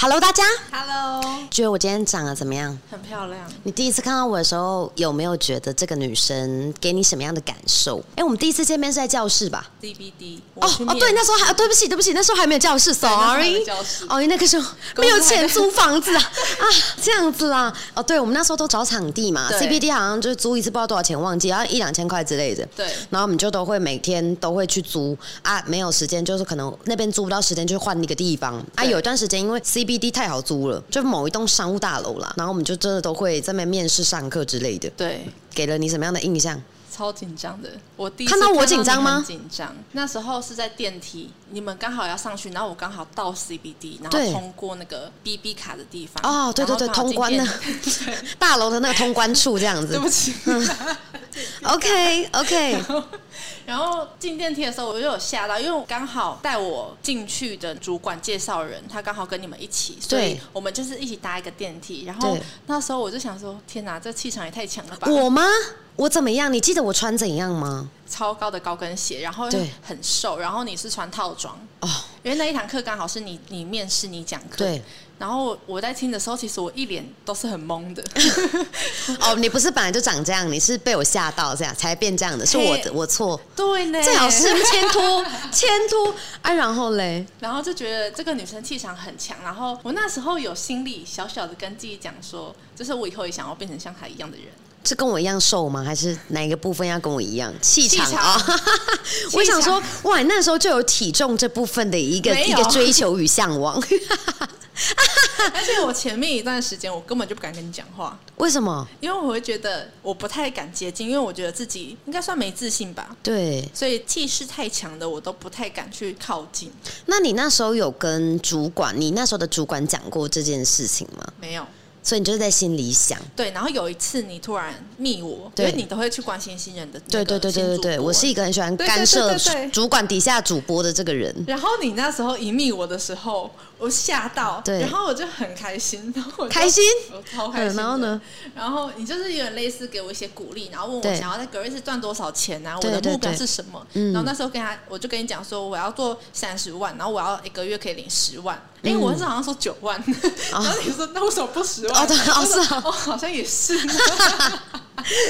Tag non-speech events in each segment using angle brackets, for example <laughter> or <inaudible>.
Hello，大家， Hello，觉得我今天长得怎么样？很漂亮。你第一次看到我的时候，有没有觉得这个女生给你什么样的感受？哎、我们第一次见面是在教室吧？ DBD，哦哦，对，那时候还对不起，对不起，那时候还没有教室那时候还，sorry 没有教室。哦，那个时候公司没有钱还在租房子啊啊，这样子啦。哦，对，我们那时候都找场地嘛对，CBD 好像就是租一次不知道多少钱，忘记，然后一两千块之类的。对然后我们就都会每天都会去租啊，没有时间就是可能那边租不到时间，就换一个地方啊。对有一段时间因为 CBD 太好租了，就某一栋商务大楼啦，然后我们就真的都会在那边面试、上课之类的。对，给了你什么样的印象？超紧张的。我第一次看到我紧张吗看到你很紧张。那时候是在电梯，你们刚好要上去，然后我刚好到 CBD，然对后通过那个 BB 卡的地方。哦，对对对，然后通刚好关进的电梯 <laughs> 对，大楼的那个通关处这样子对。不起。嗯 OK OK，然后进电梯的时候，我就有吓到，因为我刚好带我进去的主管介绍人，他刚好跟你们一起，所以对我们就是一起搭一个电梯。然后对那时候我就想说，天哪，这气场也太强了吧！我吗？我怎么样？你记得我穿怎样吗？超高的高跟鞋，然后对很瘦，然后你是穿套装，哦，因为那一堂课刚好是你你面试你讲课， <laughs> 对。然后我我在听的时候，其实我一脸都是很懵 <laughs> 的，哦，你不是本来就长这样，你是被我吓到这样才变这样的，是我的嘿我错，对呢最好是牵 <laughs> 拖牵拖啊，然后嘞，然后就觉得这个女生气场很强，然后我那时候有心里小小的跟自己讲说，就是我以后也想要变成像她一样的人，是跟我一样瘦吗？还是哪一个部分要跟我一样气场气场啊？我想说气，哇，你那时候就有体重这部分的一个没一有个追求与向往， <laughs> 而且我前面一段时间我根本就不敢跟你讲话，为什么？因为我会觉得我不太敢接近，因为我觉得自己应该算没自信吧，对，所以气势太强的我都不太敢去靠近，那你那时候有跟主管，你那时候的主管讲过这件事情吗？没有。所以你就是在心里想。对，然后有一次你突然密我，因对为你都会去关心新人的那对个对对对新对主对，播我是一个很喜欢对对干涉对对对主管底下主播的这个人。然后你那时候一密我的时候，我吓到，对然后我就很开心，然后我就开心我超开嗯心、然后呢？然后你就是有点类似给我一些鼓励，然后问我对想要在格瑞斯赚多少钱啊，对我的对目标对是什么？嗯然后那时候跟他，我就跟你讲说我要做三十万，然后我要一个月可以领十万，嗯因为我那时候好像说九万， <laughs> 然后你说那为什么不十万？哦对哦我说是哦哦， <laughs> 好像也是 <laughs> 呢，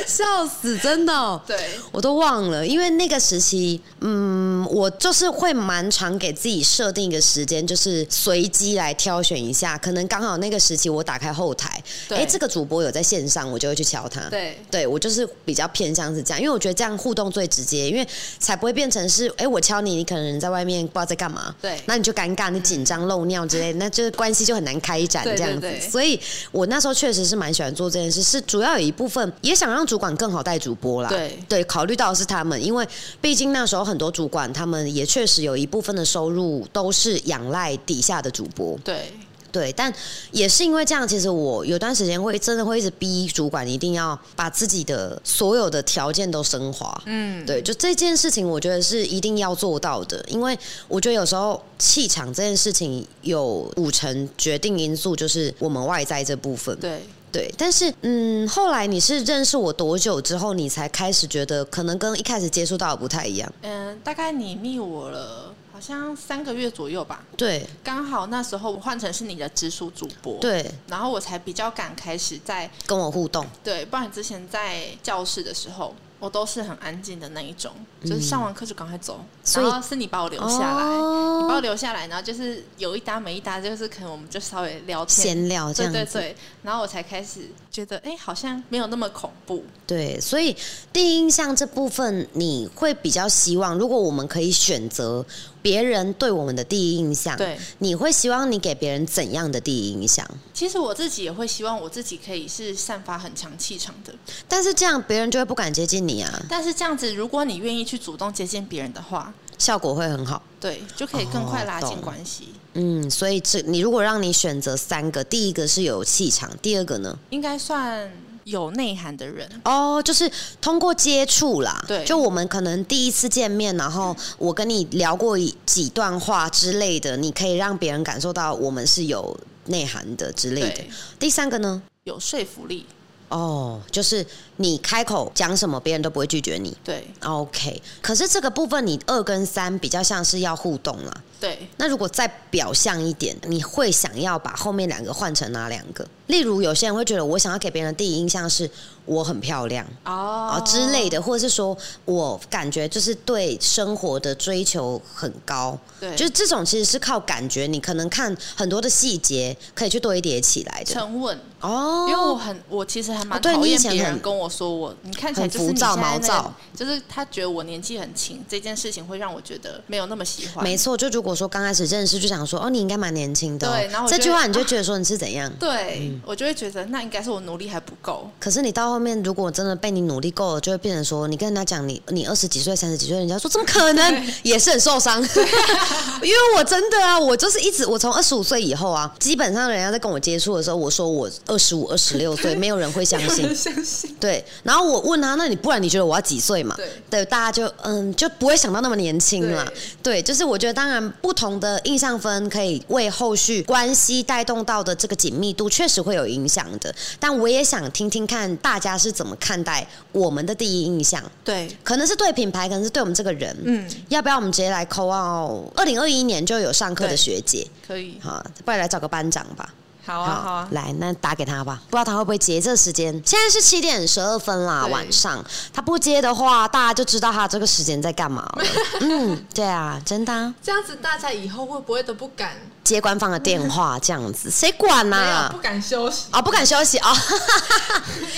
笑死，真的哦、对。我都忘了，因为那个时期，嗯，我就是会蛮常给自己设定一个时间，就是随机来挑选一下。可能刚好那个时期我打开后台，对哎，这个主播有在线上，我就会去敲他。对对我就是比较偏向是这样，因为我觉得这样互动最直接，因为才不会变成是，哎，我敲你，你可能人在外面不知道在干嘛，对那你就尴尬，你紧张漏尿之类的，那就是关系就很难开展对这样子。对对所以我那时候确实是蛮喜欢做这件事，是主要有一部分也想让主管更好带主播啦。对对，考虑到的是他们，因为毕竟那时候很多主管他们也确实有一部分的收入都是仰赖底下的主播。对，对，但也是因为这样，其实我有段时间会真的会一直逼主管一定要把自己的所有的条件都升华。嗯，对，就这件事情，我觉得是一定要做到的，因为我觉得有时候气场这件事情有五成决定因素就是我们外在这部分。对，对，但是嗯，后来你是认识我多久之后，你才开始觉得可能跟一开始接触到的不太一样？嗯，大概你密我了，好像三个月左右吧。对刚好那时候我换成是你的直属主播，，对，然后我才比较敢开始在跟我互动，对，不然之前在教室的时候，我都是很安静的那一种，就是上完课就赶快走，嗯所以然后是你把我留下来，哦你把我留下来，然后就是有一搭没一搭，就是可能我们就稍微聊天，闲聊这对样子。对对，然后我才开始觉得，哎，好像没有那么恐怖，对，所以第一印象这部分，你会比较希望，如果我们可以选择别人对我们的第一印象，对，你会希望你给别人怎样的第一印象？其实我自己也会希望我自己可以是散发很强气场的，但是这样别人就会不敢接近你啊，但是这样子，如果你愿意去主动接近别人的话，效果会很好。对，就可以更快拉哦懂近关系。嗯，所以这你如果让你选择三个，第一个是有气场，第二个呢？应该算有内涵的人，哦，就是通过接触啦，对就我们可能第一次见面，然后我跟你聊过一几段话之类的，你可以让别人感受到我们是有内涵的之类的对。，嗯第三个呢？有说服力，哦，就是你开口讲什么，别人都不会拒绝你。对， OK，可是这个部分你二跟三比较像是要互动啦，对，那如果再表象一点，你会想要把后面两个换成哪两个？例如，有些人会觉得我想要给别人的第一印象是我很漂亮啊、哦之类的，或者是说我感觉就是对生活的追求很高，哦对，就是这种其实是靠感觉，你可能看很多的细节可以去堆叠起来的。沉稳，哦，因为我很，我其实还蛮哦对讨你以厌前别人很跟我说我，你看起来很就是浮你躁现在毛那个躁就是他觉得我年纪很轻，这件事情会让我觉得没有那么喜欢。没错，就如果说刚开始认识就想说哦，你应该蛮年轻的哦、对然后我这就句会啊话你就觉得说你是怎样？对、我就会觉得那应该是我努力还不够。可是你到后面，如果真的被你努力够了，就会变成说，你跟人家讲你你二十几岁、三十几岁，人家说怎么可 <laughs> 能，也是很受伤。 <laughs> 因为我真的啊，我就是一直我从二十五岁以后啊，基本上人家在跟我接触的时候，我说我二十五、二十六 <laughs> 岁，没有人会相信。 <laughs> 相信对，然后我问他，那你不然你觉得我要几岁嘛？对对，大家就嗯就不会想到那么年轻了。对，就是我觉得，当然不同的印象分可以为后续关系带动到的这个紧密度确实会有影响的。但我也想听听看大家是怎么看待我们的第一印象，对，可能是对品牌，可能是对我们这个人。嗯，要不要我们直接来扣哦？二零二一年就有上课的对学姐，可以，好，不然来找个班长吧。好啊，好啊，来，那打给他吧，不知道他会不会接。这个时间现在是七点十二分啦，对晚上他不接的话，大家就知道他这个时间在干嘛 <laughs> 了。嗯，对啊，真的啊、这样子大家以后会不会都不敢，接官方的电话这样子，谁管呐、啊？敢休息，哦，不敢休息哦，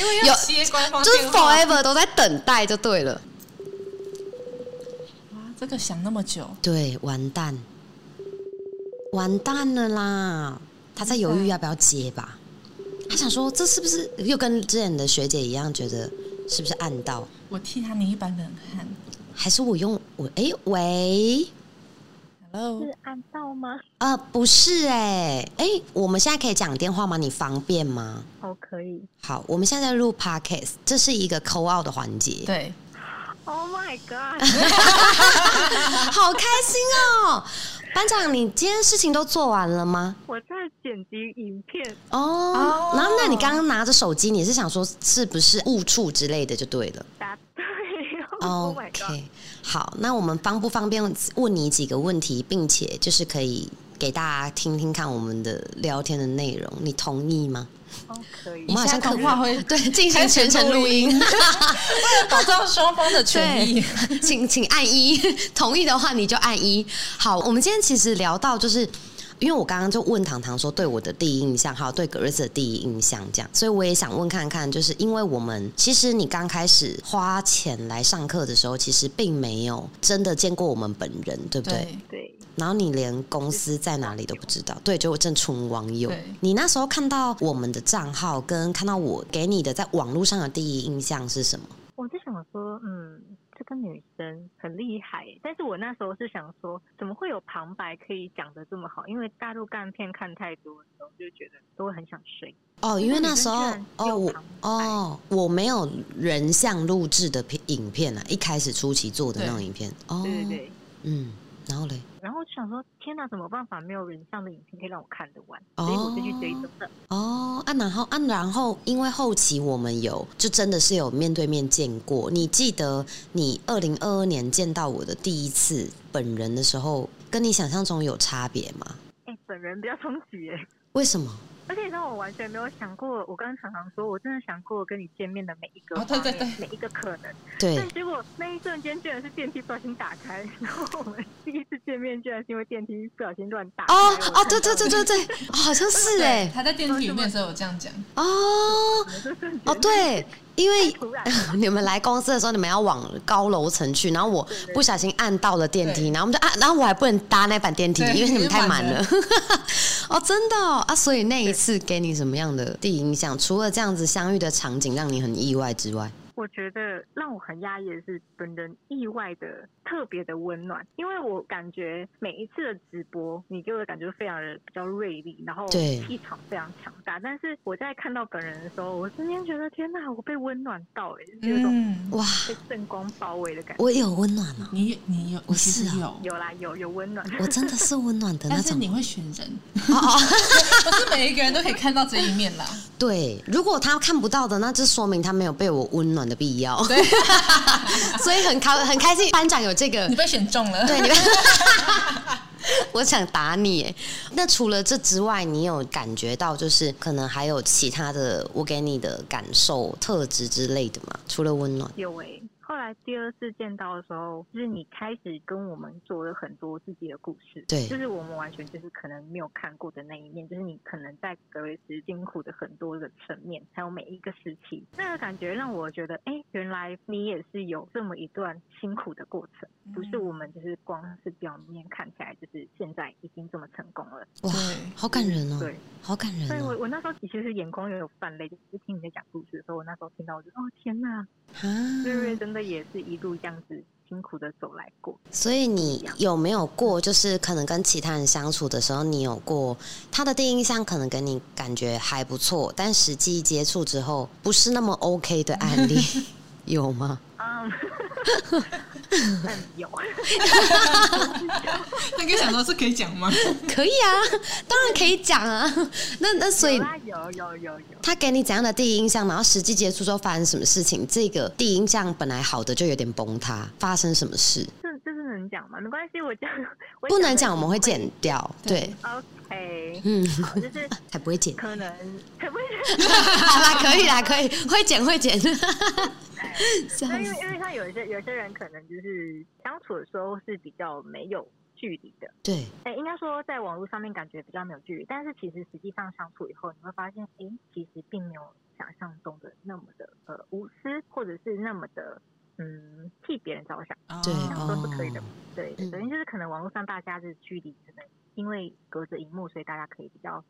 因为有接官方就是哎电话 forever 都在等待就对了。哇这个想那么久，对，完蛋，完蛋了啦！他在犹豫要不要接吧？他想说，这是不是又跟之前的学姐一样，觉得是不是暗道？我替他捏一把冷汗。还是我用我哎、喂哦 Hello，是按到吗？呃不是哎、哎、我们现在可以讲电话吗？你方便吗？哦，可以。好，我们现在在录 podcast，这是一个扣 out 的环节，对， Oh <laughs> my god！好开心哦！班长，你今天事情都做完了吗？我在剪辑影片，哦、哦然后那你刚刚拿着手机，你是想说是不是误触之类的就对了。答 <laughs> 对。Oh my god！ OK，好，那我们方不方便问你几个问题，并且就是可以给大家听听看我们的聊天的内容，你同意吗？哦，可以我。们好像下可通话会 <laughs> 对进行开全程录音，保障双方的权益。 <laughs> 请请按一，同意的话你就按一。好，我们今天其实聊到就是。因为我刚刚就问糖糖说对我的第一印象，还有对格瑞斯的第一印象这样，所以我也想问看看，就是因为我们其实你刚开始花钱来上课的时候，其实并没有真的见过我们本人，对不对？对，对，然后你连公司在哪里都不知道，对，就正纯网友对。你那时候看到我们的账号，跟看到我给你的在网络上的第一印象是什么？我就想说，嗯，这个女生很厉害耶。但是我那时候是想说，怎么会有旁白可以讲的这么好？因为大陆干片看太多的时候，就觉得都会很想睡。哦，因为那时候那哦你我真的有旁白哦我没有人像录制的片影片啊，一开始初期做的那种影片哦，对对对。嗯，然后嘞，然后我就想说，天哪，怎么办法没有人上的影片可以让我看得完？所以我就去追哦踪的。哦啊，然后啊，然后因为后期我们有就真的是有面对面见过，你记得你二零二二年见到我的第一次本人的时候，跟你想象中有差别吗？哎，本人比较冲击耶。为什么？而且你知道，我完全没有想过，我刚常常说，我真的想过跟你见面的每一个哦画对面、对每一个可能，对但，结果那一瞬间居然是电梯不小心打开，然后我们第一次见面居然是因为电梯不小心乱打开。哦我看哦，到对对对了对对，哦好像是对哎，他在电梯里面的时候有这样讲，哦哦对，因为突然， <laughs> 你们来公司的时候，你们要往高楼层去，然后我对不小心按到了电梯，对然后我们就按，然后我还不能搭那班电梯，对因为你们太满因为了。 <laughs> 哦，真的哦啊！所以那一次给你什么样的第一印象？除了这样子相遇的场景让你很意外之外，我觉得让我很压抑的是本人意外的特别的温暖，因为我感觉每一次的直播，你给我的感觉非常的比较锐利，然后对气场非常强大。但是我在看到本人的时候，我瞬间觉得天哪，我被温暖到哎、欸，就是有种嗯，哇，被圣光包围的感觉。我有温暖哦，你你有，我你其实是啊有，有啦，有有温暖。我真的是温暖的那 <laughs> 但是种。你会选人，哦哦， <laughs> 不是每一个人都可以看到这一面啦。对，如果他看不到的，那就说明他没有被我温暖的必要。 <laughs> 所以很开很开心，班长有这个你被选中了，对，你们 <laughs> 我想打你耶。那除了这之外，你有感觉到就是可能还有其他的我给你的感受、特质之类的吗？除了温暖，有诶、后来第二次见到的时候，就是你开始跟我们做了很多自己的故事，对就是我们完全就是可能没有看过的那一面，就是你可能在格瑞斯辛苦的很多的层面，还有每一个时期，那个感觉让我觉得，哎、原来你也是有这么一段辛苦的过程，不是我们就是光是表面看起来就是现在已经这么成功了，哇，好感人哦，对。好感人所以我哦我那时候其实眼眶也有泛泪，就是听你在讲故事的时候，我那时候听到我就哦天呐，啊！瑞瑞真的也是一路这样子辛苦的走来过。所以你有没有过，就是可能跟其他人相处的时候，你有过他的第一印象可能给你感觉还不错，但实际接触之后不是那么 OK 的案 <laughs> 例，有吗？ <laughs> 嗯，但有，那个想说是可以讲吗？可以啊，当然可以讲啊。那那所以有。啦有有有有，他给你怎样的第一印象？然后实际接触之后发生什么事情？这个第一印象本来好的就有点崩塌，发生什么事？这这是能讲吗？没关系，我讲，我不能了讲，我们会一定剪掉。对， <laughs> OK，嗯，好，就是才不会剪。可能，可不是，好啦，可以啦，可以，会剪会 <laughs> 剪。笑那因死为因为像有一些有些人可能就是相处的时候是比较没有距离的。对，哎，应该说在网络上面感觉比较没有距离，但是其实实际上相处以后，你会发现，哎，其实并没有想象中的那么的呃无私，或者是那么的嗯替别人着想， <laughs> 对这样哦都是可以的。对对，嗯等于就是可能网络上大家的距离，可能因为隔着荧幕，所以大家可以比较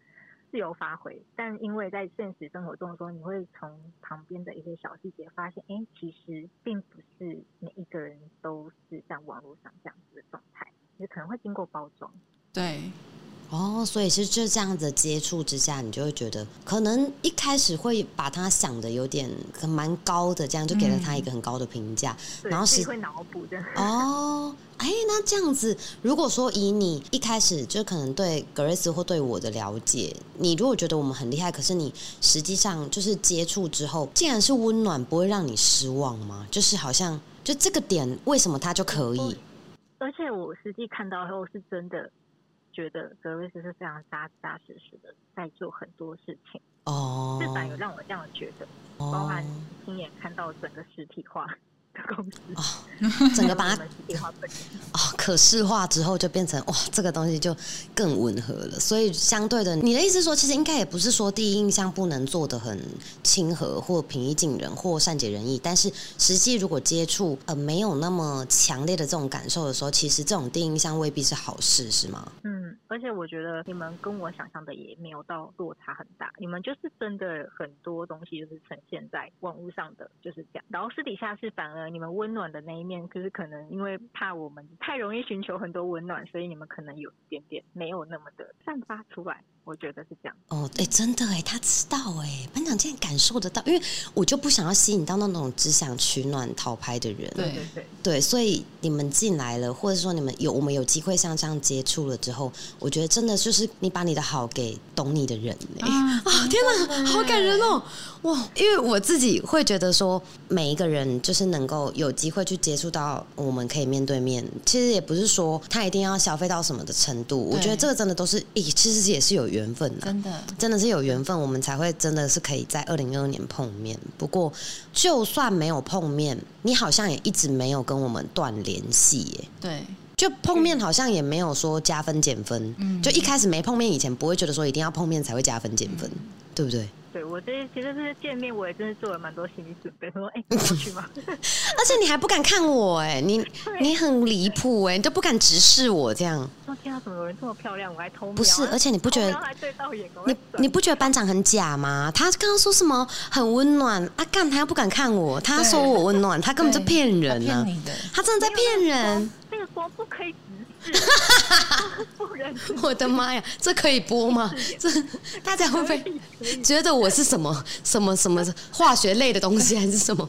自由发挥，但因为在现实生活中的时候，你会从旁边的一些小细节发现，哎，其实并不是每一个人都是像网络上这样子的状态。你可能会经过包装，对，哦，所以是就这样子的接触之下，你就会觉得，可能一开始会把他想的有点可能蛮高的，这样就给了他一个很高的评价。对然后自己是会脑补的。哦，哎，那这样子，如果说以你一开始就可能对格瑞斯或对我的了解，你如果觉得我们很厉害，可是你实际上就是接触之后，竟然是温暖，不会让你失望吗？就是好像就这个点，为什么他就可以？ <laughs> 而且我实际看到后，是真的觉得格瑞斯是非常扎扎实实的在做很多事情，哦，至少有让我这样觉得，包含亲眼看到整个实体化的公司，哦整个把还有我它们实体化本人哦，可视化之后就变成哇，这个东西就更吻合了。所以相对的，你的意思是说，其实应该也不是说第一印象不能做的很亲和或平易近人或善解人意，但是实际如果接触呃没有那么强烈的这种感受的时候，其实这种第一印象未必是好事，是吗？嗯，而且我觉得你们跟我想象的也没有到落差很大，你们就是真的很多东西就是呈现在网络上的就是这样，然后私底下是反而你们温暖的那一面，就是可能因为怕我们太容易寻求很多温暖，所以你们可能有一点点没有那么的散发出来，我觉得是这样。哦，哎、真的哎，他知道哎，班长竟然感受得到，因为我就不想要吸引到那种只想取暖讨拍的人。对对对，对，所以你们进来了，或者说你们有我们有机会像这样接触了之后，我觉得真的就是你把你的好给懂你的人哎、啊，天哪，好感人哦！哇，因为我自己会觉得说，每一个人就是能够有机会去接触到，我们可以面对面。其实也不是说他一定要消费到什么的程度，我对觉得这个真的都是，诶、其实也是有缘分的、真的，真的是有缘分，我们才会真的是可以在二零二二年碰面。不过，就算没有碰面，你好像也一直没有跟我们断联系耶。对，就碰面好像也没有说加分减分，嗯就一开始没碰面以前，不会觉得说一定要碰面才会加分减分，对不对？对我这其实是见面，我也真是做了蛮多心理准备，说哎，我要 <laughs> 去吗？而且你还不敢看我哎、你对你很离谱哎，你都不敢直视我这样，说天啊，怎么有人这么漂亮？我还偷瞄啊，不是？而且你不觉偷得瞄还对到眼，赶快你转你不觉得班长很假吗？他刚刚说什么很温暖啊？干，他又不敢看我，他说我温暖，他根本就骗人啊呢、他骗你的，他真的在骗人！那个光不可以直视， <laughs> 不忍直我的妈呀，这可以播吗？这大家会不会视。觉得我是什么什么什么化学类的东西，还是什么？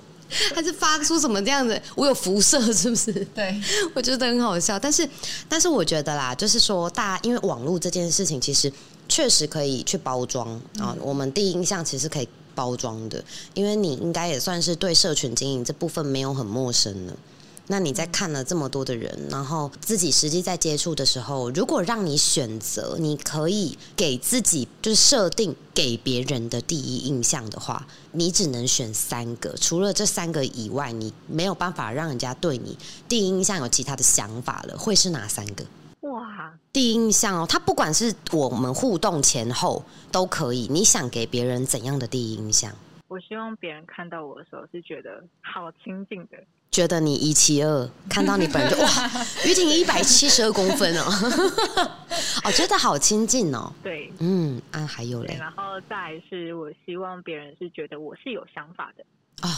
还是发出什么这样的？我有辐射是不是？对， <laughs> 我觉得很好笑，但是但是我觉得啦，就是说大家因为网络这件事情，其实确实可以去包装啊、我们第一印象其实可以包装的，因为你应该也算是对社群经营这部分没有很陌生了。那你在看了这么多的人，然后自己实际在接触的时候，如果让你选择，你可以给自己就是设定给别人的第一印象的话，你只能选三个。除了这三个以外，你没有办法让人家对你第一印象有其他的想法了，会是哪三个？哇，第一印象哦，它不管是我们互动前后都可以。你想给别人怎样的第一印象？我希望别人看到我的时候是觉得好亲近的，觉得你一七二，看到你本人就哇，于婷一百七十二公分哦， <laughs> 哦，觉得好亲近哦。对。嗯啊，还有对，嘞，然后再来是我希望别人是觉得我是有想法的，哦，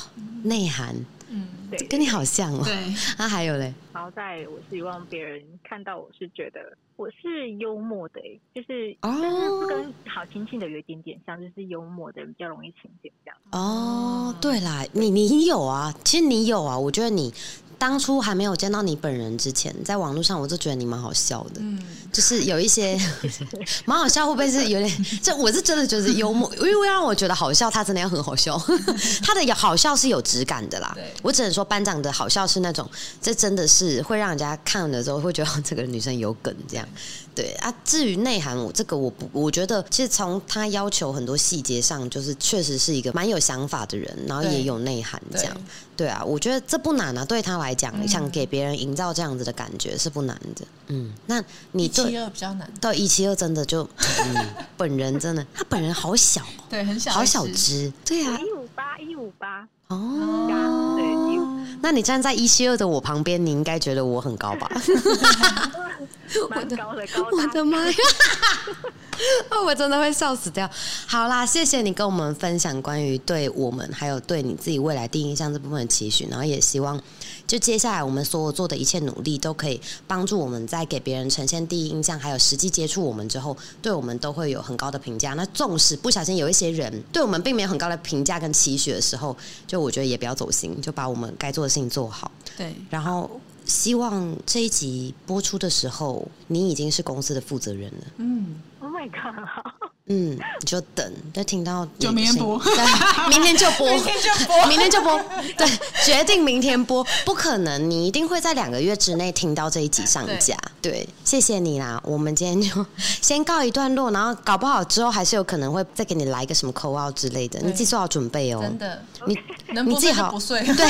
内涵嗯，对，跟你好像哦。对，啊，还有嘞，然后再来我希望别人看到我是觉得我是幽默的、欸，就是哦但是不跟好亲近的有一点点像，就是幽默的人比较容易亲近这样。哦，对啦，你你有啊，其实你有啊，我觉得你当初还没有见到你本人之前，在网络上我就觉得你蛮好笑的。嗯，就是有一 <laughs> 些蛮好笑，会不会是有点？这我是真的觉得幽 <laughs> 默，因为让我觉得好笑，他真的要很好笑，他的好笑是有质感的啦对。我只能说班长的好笑是那种，这真的是会让人家看了之后会觉得哦这个女生有梗这样。对啊，至于内涵，我这个我不，我觉得其实从他要求很多细节上，就是确实是一个蛮有想法的人，然后也对有内涵这对样。对啊，我觉得这不难啊，对他来讲，嗯想给别人营造这样子的感觉是不难的。嗯，那你一对七二比较难，到一七二真的就，嗯，本人真的，他本人好小哦，对，很小好一小只只，对啊我，一五八一五 <laughs> 八，哦，对一五那你站在一七二的我旁边，你应该觉得我很高吧？蛮高的高我大的 <laughs> 妈呀！哦我真的会笑死掉。好啦，谢谢你跟我们分享关于对我们还有对你自己未来第一印象这部分的期许，然后也希望就接下来我们所有做的一切努力都可以帮助我们在给别人呈现第一印象，还有实际接触我们之后，对我们都会有很高的评价。那纵使不小心有一些人对我们并没有很高的评价跟期许的时候，就我觉得也不要走心，就把我们该做的事情做好。对，然后希望这一集播出的时候，你已经是公司的负责人了。嗯， ，Oh my god！嗯，你就等，就听到你的就明天声音播对，明天就播， <laughs> 明天就播明天就播，对，决定明天播，不可能，你一定会在两个月之内听到这一集上架。对，谢谢你啦，我们今天就先告一段落，然后搞不好之后还是有可能会再给你来一个什么口号之类的，你自己做好准备哦。真的，你能你不自己睡就好不睡， <laughs> 对，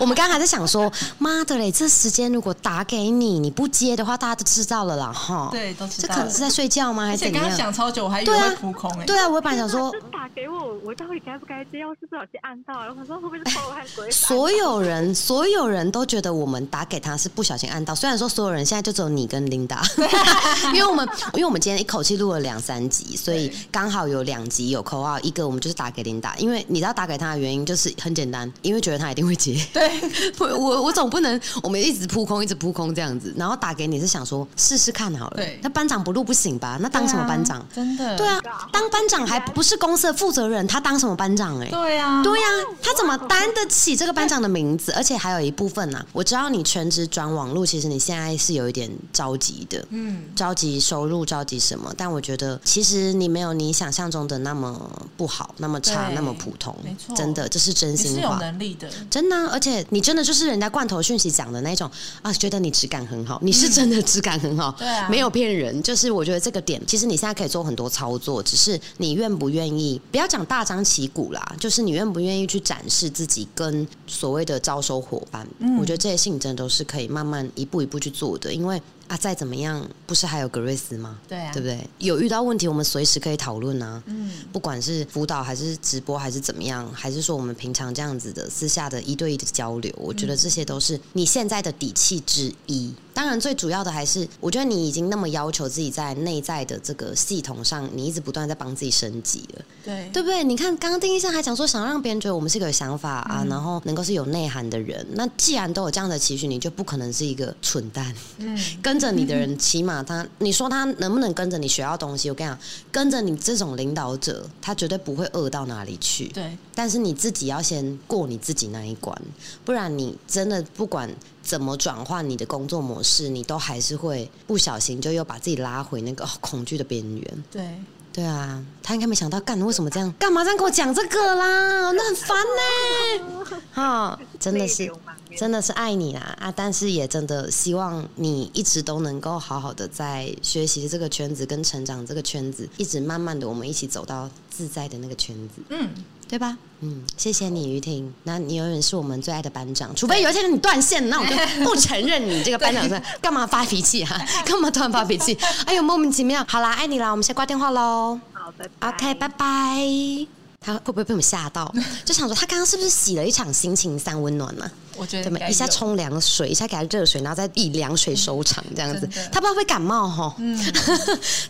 我们刚刚还在想说，妈的嘞，这时间如果打给你，你不接的话，大家都知道了啦，哈。 <laughs> 对，都知这道可了。能是在睡觉吗，还而是且怎刚刚样？想超久，我还以对为啊会扑空哎、对啊，我本来想说这，打给我，我到底该不该接？要是不小心按到了，我说会不会是偷看鬼打？所有人所有人都觉得我们打给他是不小心按到，虽然说所有人现在就只有你跟琳 <laughs> 达， <laughs> 因为我们因为我们今天一口气录了两三集，所以对刚好有两集有扣号，一个我们就是打给琳达，因为你知道打给他的原因就是很简单，因为觉得他一定会接。 <laughs> 对，我 <laughs> 我我总不能我们一直扑空，一直扑空这样子，然后打给你是想说试试看好了对。那班长不录不行吧？那当什么班长？真的，对啊，当班长还不是公司的负责人，他当什么班长、欸？哎。对啊，对呀、他怎么担得起这个班长的名字？而且还有一部分呢、啊我知道你全职转网络，其实你现在是有一点着急的，嗯，着急收入，着急什么？但我觉得其实你没有你想象中的那么不好，那么差，对那么普通没，错真的，这是真你是心有话。能力的，真的啊、而且你真的就是人家罐头讯息讲的那种啊，觉得你质感很好，你是真的质感很好， <laughs> 对啊没有骗人。就是我觉得这个点，其实你现在可以做很多操作，只是你愿不愿意，不要讲大张旗鼓啦，就是你愿不愿意去展示自己跟所谓的招收伙伴。嗯我觉得这些事情真的都是可以慢慢一步一步去做的，因为啊，再怎么样，不是还有格瑞斯吗？对啊，对不对？有遇到问题，我们随时可以讨论啊。嗯，不管是辅导还是直播还是怎么样，还是说我们平常这样子的私下的一对一的交流，我嗯觉得这些都是你现在的底气之一。当然，最主要的还是，我觉得你已经那么要求自己在内在的这个系统上，你一直不断地在帮自己升级了。对，对不对？你看，刚刚丁医生还讲说，想让别人觉得我们是个有想法啊，嗯然后能够是有内涵的人。那既然都有这样的期许，你就不可能是一个蠢蛋。嗯，跟着你的人，起码他，你说他能不能跟着你学到东西？我跟你讲，跟着你这种领导者，他绝对不会饿到哪里去。对，但是你自己要先过你自己那一关，不然你真的不管怎么转换你的工作模式，你都还是会不小心就又把自己拉回那个、哦恐惧的边缘。对，对啊，他应该没想到，干为什么这样？ <laughs> 干嘛这样跟我讲这个啦？那很烦呢、啊，真的内是流嘛内边。真的是爱你啦啊！但是也真的希望你一直都能够好好的在学习这个圈子跟成长这个圈子，一直慢慢的我们一起走到自在的那个圈子，嗯，对吧？嗯，谢谢你，于婷。那你永远是我们最爱的班长，除非有一天你断线，那我就不承认你这个班长是干嘛发脾气啊？ <laughs> 干嘛突然发脾气？哎呦，莫名其妙。好啦，爱你啦，我们先挂电话喽。好，拜拜。 OK，拜拜。他会不会被我们吓到？就想说他刚刚是不是洗了一场心情散温暖呢、啊我觉得对应吗？该一下有嗯冲凉水，一下给他热水，然后再以凉水收场，这样子真的，他不知道会感冒哈。嗯， <laughs>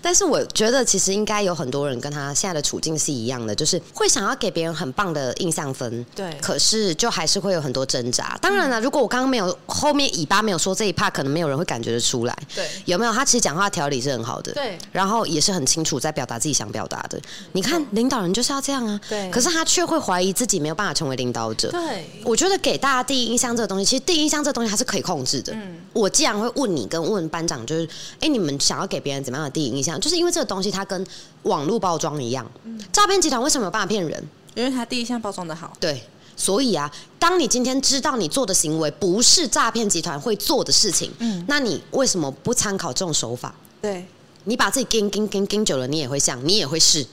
但是我觉得其实应该有很多人跟他现在的处境是一样的，就是会想要给别人很棒的印象分，对嗯可是就还是会有很多挣扎。当然了，如果我刚刚没有后面尾巴没有说这一 part，可能没有人会感觉得出来。对有没有？他其实讲话条理是很好的，对然后也是很清楚在表达自己想表达的。你看，领导人就是要这样啊，对可是他却会怀疑自己没有办法成为领导者，对，我觉得给大家第一印象这个东西，其实第一印象这个东西它是可以控制的。嗯我既然会问你跟问班长，就是哎、诶你们想要给别人怎么样的第一印象？就是因为这个东西它跟网络包装一样，嗯诈骗集团为什么有办法骗人？因为他第一项包装的好，对。所以啊，当你今天知道你做的行为不是诈骗集团会做的事情，嗯那你为什么不参考这种手法？对，你把自己盯盯盯盯久了，你也会像，你也会是。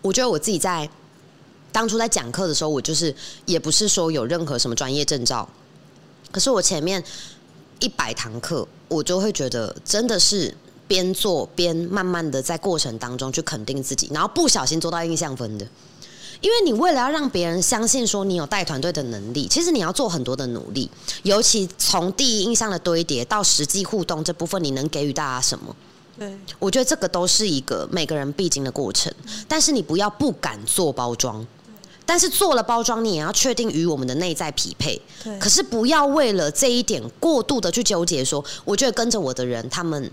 我觉得我自己在当初在讲课的时候，我就是也不是说有任何什么专业证照，可是我前面一百堂课，我就会觉得真的是边做边慢慢的在过程当中去肯定自己，然后不小心做到印象分的。因为你为了要让别人相信说你有带团队的能力，其实你要做很多的努力，尤其从第一印象的堆叠到实际互动这部分，你能给予大家什么？对，我觉得这个都是一个每个人必经的过程，但是你不要不敢做包装。但是做了包装，你也要确定与我们的内在匹配。对可是不要为了这一点过度的去纠结说我觉得跟着我的人，他们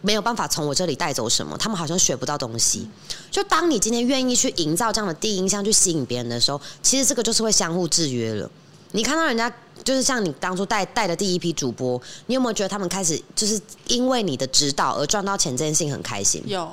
没有办法从我这里带走什么，他们好像学不到东西。就当你今天愿意去营造这样的第一印象去吸引别人的时候，其实这个就是会相互制约了。你看到人家就是像你当初带带的第一批主播，你有没有觉得他们开始就是因为你的指导而赚到钱这件事情很开心？有，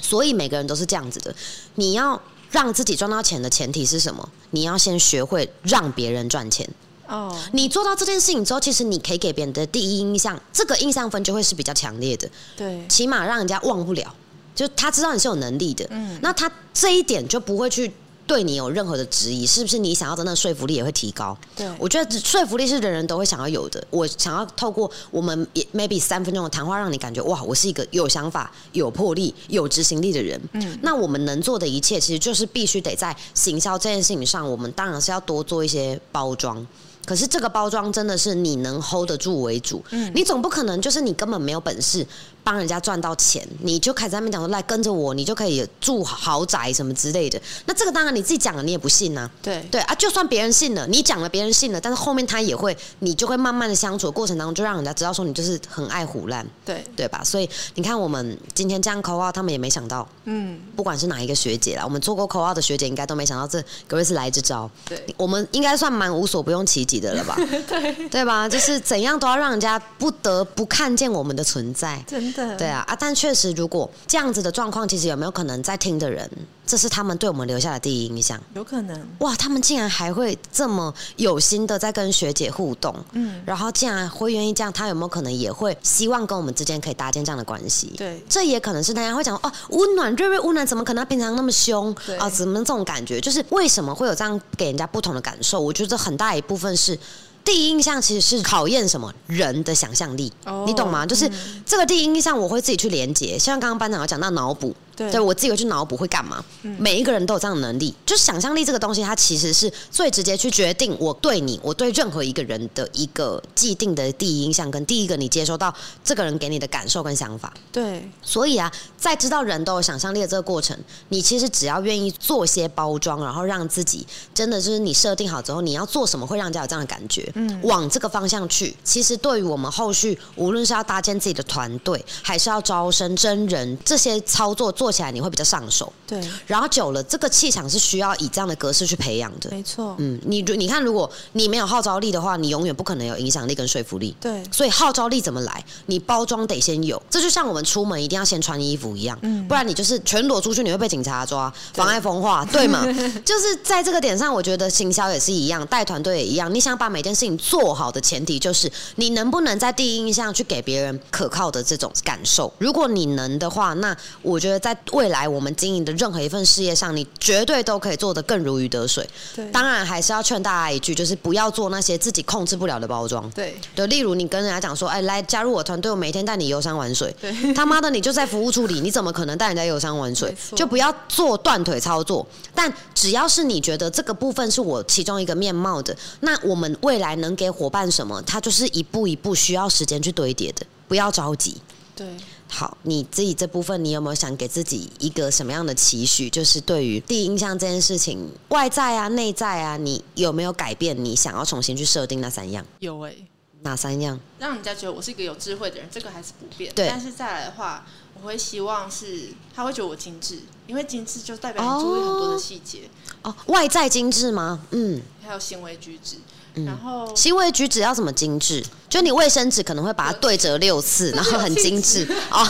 所以每个人都是这样子的。你要让自己赚到钱的前提是什么？你要先学会让别人赚钱。哦，你做到这件事情之后，其实你可以给别人的第一印象，这个印象分就会是比较强烈的，对，起码让人家忘不了。就他知道你是有能力的，嗯那他这一点就不会去对你有任何的质疑，是不是？你想要的那个说服力也会提高。对，我觉得说服力是人人都会想要有的。我想要透过我们也 maybe 三分钟的谈话，让你感觉哇，我是一个有想法、有魄力、有执行力的人。嗯那我们能做的一切，其实就是必须得在行销这件事情上，我们当然是要多做一些包装。可是这个包装真的是你能 hold 得住为主，嗯你总不可能就是你根本没有本事帮人家赚到钱，你就开始在那边讲说来跟着我，你就可以住豪宅什么之类的。那这个当然你自己讲了，你也不信啊。对，对啊，就算别人信了，你讲了别人信了，但是后面他也会，你就会慢慢的相处的过程当中，就让人家知道说你就是很爱胡乱，对，对吧？所以你看我们今天这样扣号，他们也没想到，嗯，不管是哪一个学姐啦，我们做过扣号的学姐应该都没想到这格瑞斯来这招，对，我们应该算蛮无所不用其极的了吧？对，对吧？就是怎样都要让人家不得不看见我们的存在。真的，对，啊，啊，但确实，如果这样子的状况，其实有没有可能在听的人，这是他们对我们留下的第一印象？有可能，哇，他们竟然还会这么有心的在跟学姐互动，嗯，然后竟然会愿意这样，他有没有可能也会希望跟我们之间可以搭建这样的关系？。对，这也可能是大家会讲哦，温暖瑞瑞温暖，怎么可能他平常那么凶对啊？怎么这种感觉？就是为什么会有这样给人家不同的感受？我觉得很大一部分是第一印象其实是考验什么人的想象力，哦你懂吗？就是嗯这个第一印象我会自己去连接，像刚刚班长有讲到脑补，对我自己会去脑补会干嘛？每一个人都有这样的能力，就是想象力这个东西，它其实是最直接去决定我对你，我对任何一个人的一个既定的第一印象，跟第一个你接收到这个人给你的感受跟想法。对，所以啊，在知道人都有想象力的这个过程，你其实只要愿意做些包装，然后让自己真的就是你设定好之后，你要做什么会让人家有这样的感觉，嗯，往这个方向去。其实对于我们后续，无论是要搭建自己的团队，还是要招生真人这些操作做做起来你会比较上手。对，然后久了，这个气场是需要以这样的格式去培养的。没错，嗯，你如你看，如果你没有号召力的话，你永远不可能有影响力跟说服力。对，所以号召力怎么来？你包装得先有，这就像我们出门一定要先穿衣服一样，嗯不然你就是全裸出去，你会被警察抓，对妨碍风化，对 <laughs> 吗？就是在这个点上，我觉得行销也是一样，带团队也一样。你想把每件事情做好的前提，就是你能不能在第一印象去给别人可靠的这种感受。如果你能的话，那我觉得在未来我们经营的任何一份事业上，你绝对都可以做得更如鱼得水。对，当然，还是要劝大家一句，就是不要做那些自己控制不了的包装。对就例如你跟人家讲说，哎，来加入我团队，我每天带你游山玩水。 <laughs> 对他妈的，你就在服务处里，你怎么可能带人家游山玩水没？错就不要做断腿操作。但只要是你觉得这个部分是我其中一个面貌的，那我们未来能给伙伴什么，它就是一步一步需要时间去堆叠的，不要着急。对，好，你自己这部分，你有没有想给自己一个什么样的期许？就是对于第一印象这件事情，外在啊、内在啊，你有没有改变？你想要重新去设定那三样，有哎、哪三样？让人家觉得我是一个有智慧的人，这个还是不变。对但是再来的话，我会希望是他会觉得我精致，因为精致就代表你注意很多的细节，哦，外在精致吗？嗯，还有行为举止。然后行为举止要怎么精致？就你卫生纸可能会把它对折六次，然后很精致哦。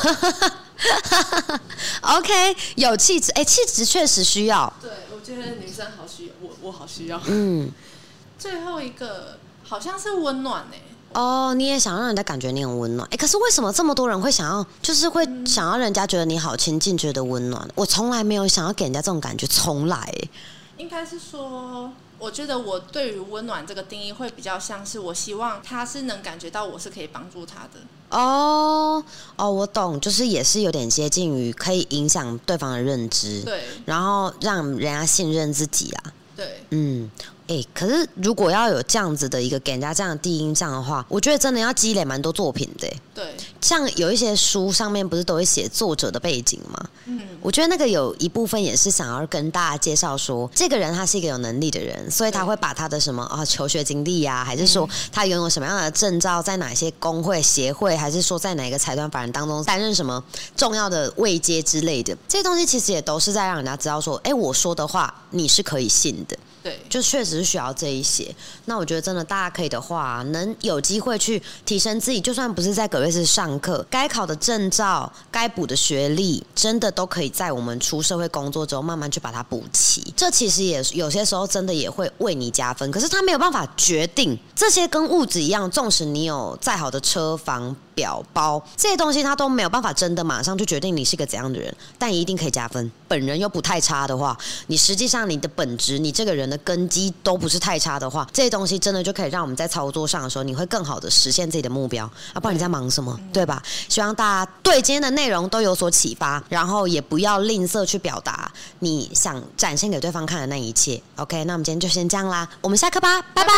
OK，有气质，哎、气质确实需要。对我觉得女生好需要，我我好需要。嗯，最后一个好像是温暖哎、哦，你也想让人家感觉你很温暖，哎、可是为什么这么多人会想要，就是会想要人家觉得你好亲近，觉得温暖？我从来没有想要给人家这种感觉，从来、欸应该是说，我觉得我对于温暖这个定义会比较像是我希望他是能感觉到我是可以帮助他的。哦哦，我懂，就是也是有点接近于可以影响对方的认知，对然后让人家信任自己啊。对，嗯，哎、可是如果要有这样子的一个给人家这样的第一印象的话，我觉得真的要积累蛮多作品的、欸对，像有一些书上面不是都会写作者的背景吗？嗯，我觉得那个有一部分也是想要跟大家介绍说，这个人他是一个有能力的人，所以他对会把他的什么啊、求学经历呀、还是说他拥有什么样的证照，在哪些工会、协会，还是说在哪个财团法人当中担任什么重要的位阶之类的，这些东西其实也都是在让人家知道说，哎，我说的话你是可以信的。对，就确实是需要这一些。那我觉得真的大家可以的话，能有机会去提升自己，就算不是在葛瑞斯上课，该考的证照、该补的学历，真的都可以在我们出社会工作之后慢慢去把它补齐。这其实也有些时候真的也会为你加分，可是他没有办法决定这些跟物质一样，纵使你有再好的车房。表包这些东西，他都没有办法真的马上就决定你是个怎样的人，但一定可以加分。本人又不太差的话，你实际上你的本质，你这个人的根基都不是太差的话，这些东西真的就可以让我们在操作上的时候，你会更好的实现自己的目标。啊，不然你在忙什么，对吧？希望大家对今天的内容都有所启发，然后也不要吝啬去表达你想展现给对方看的那一切。OK，那我们今天就先这样啦，我们下课吧，拜拜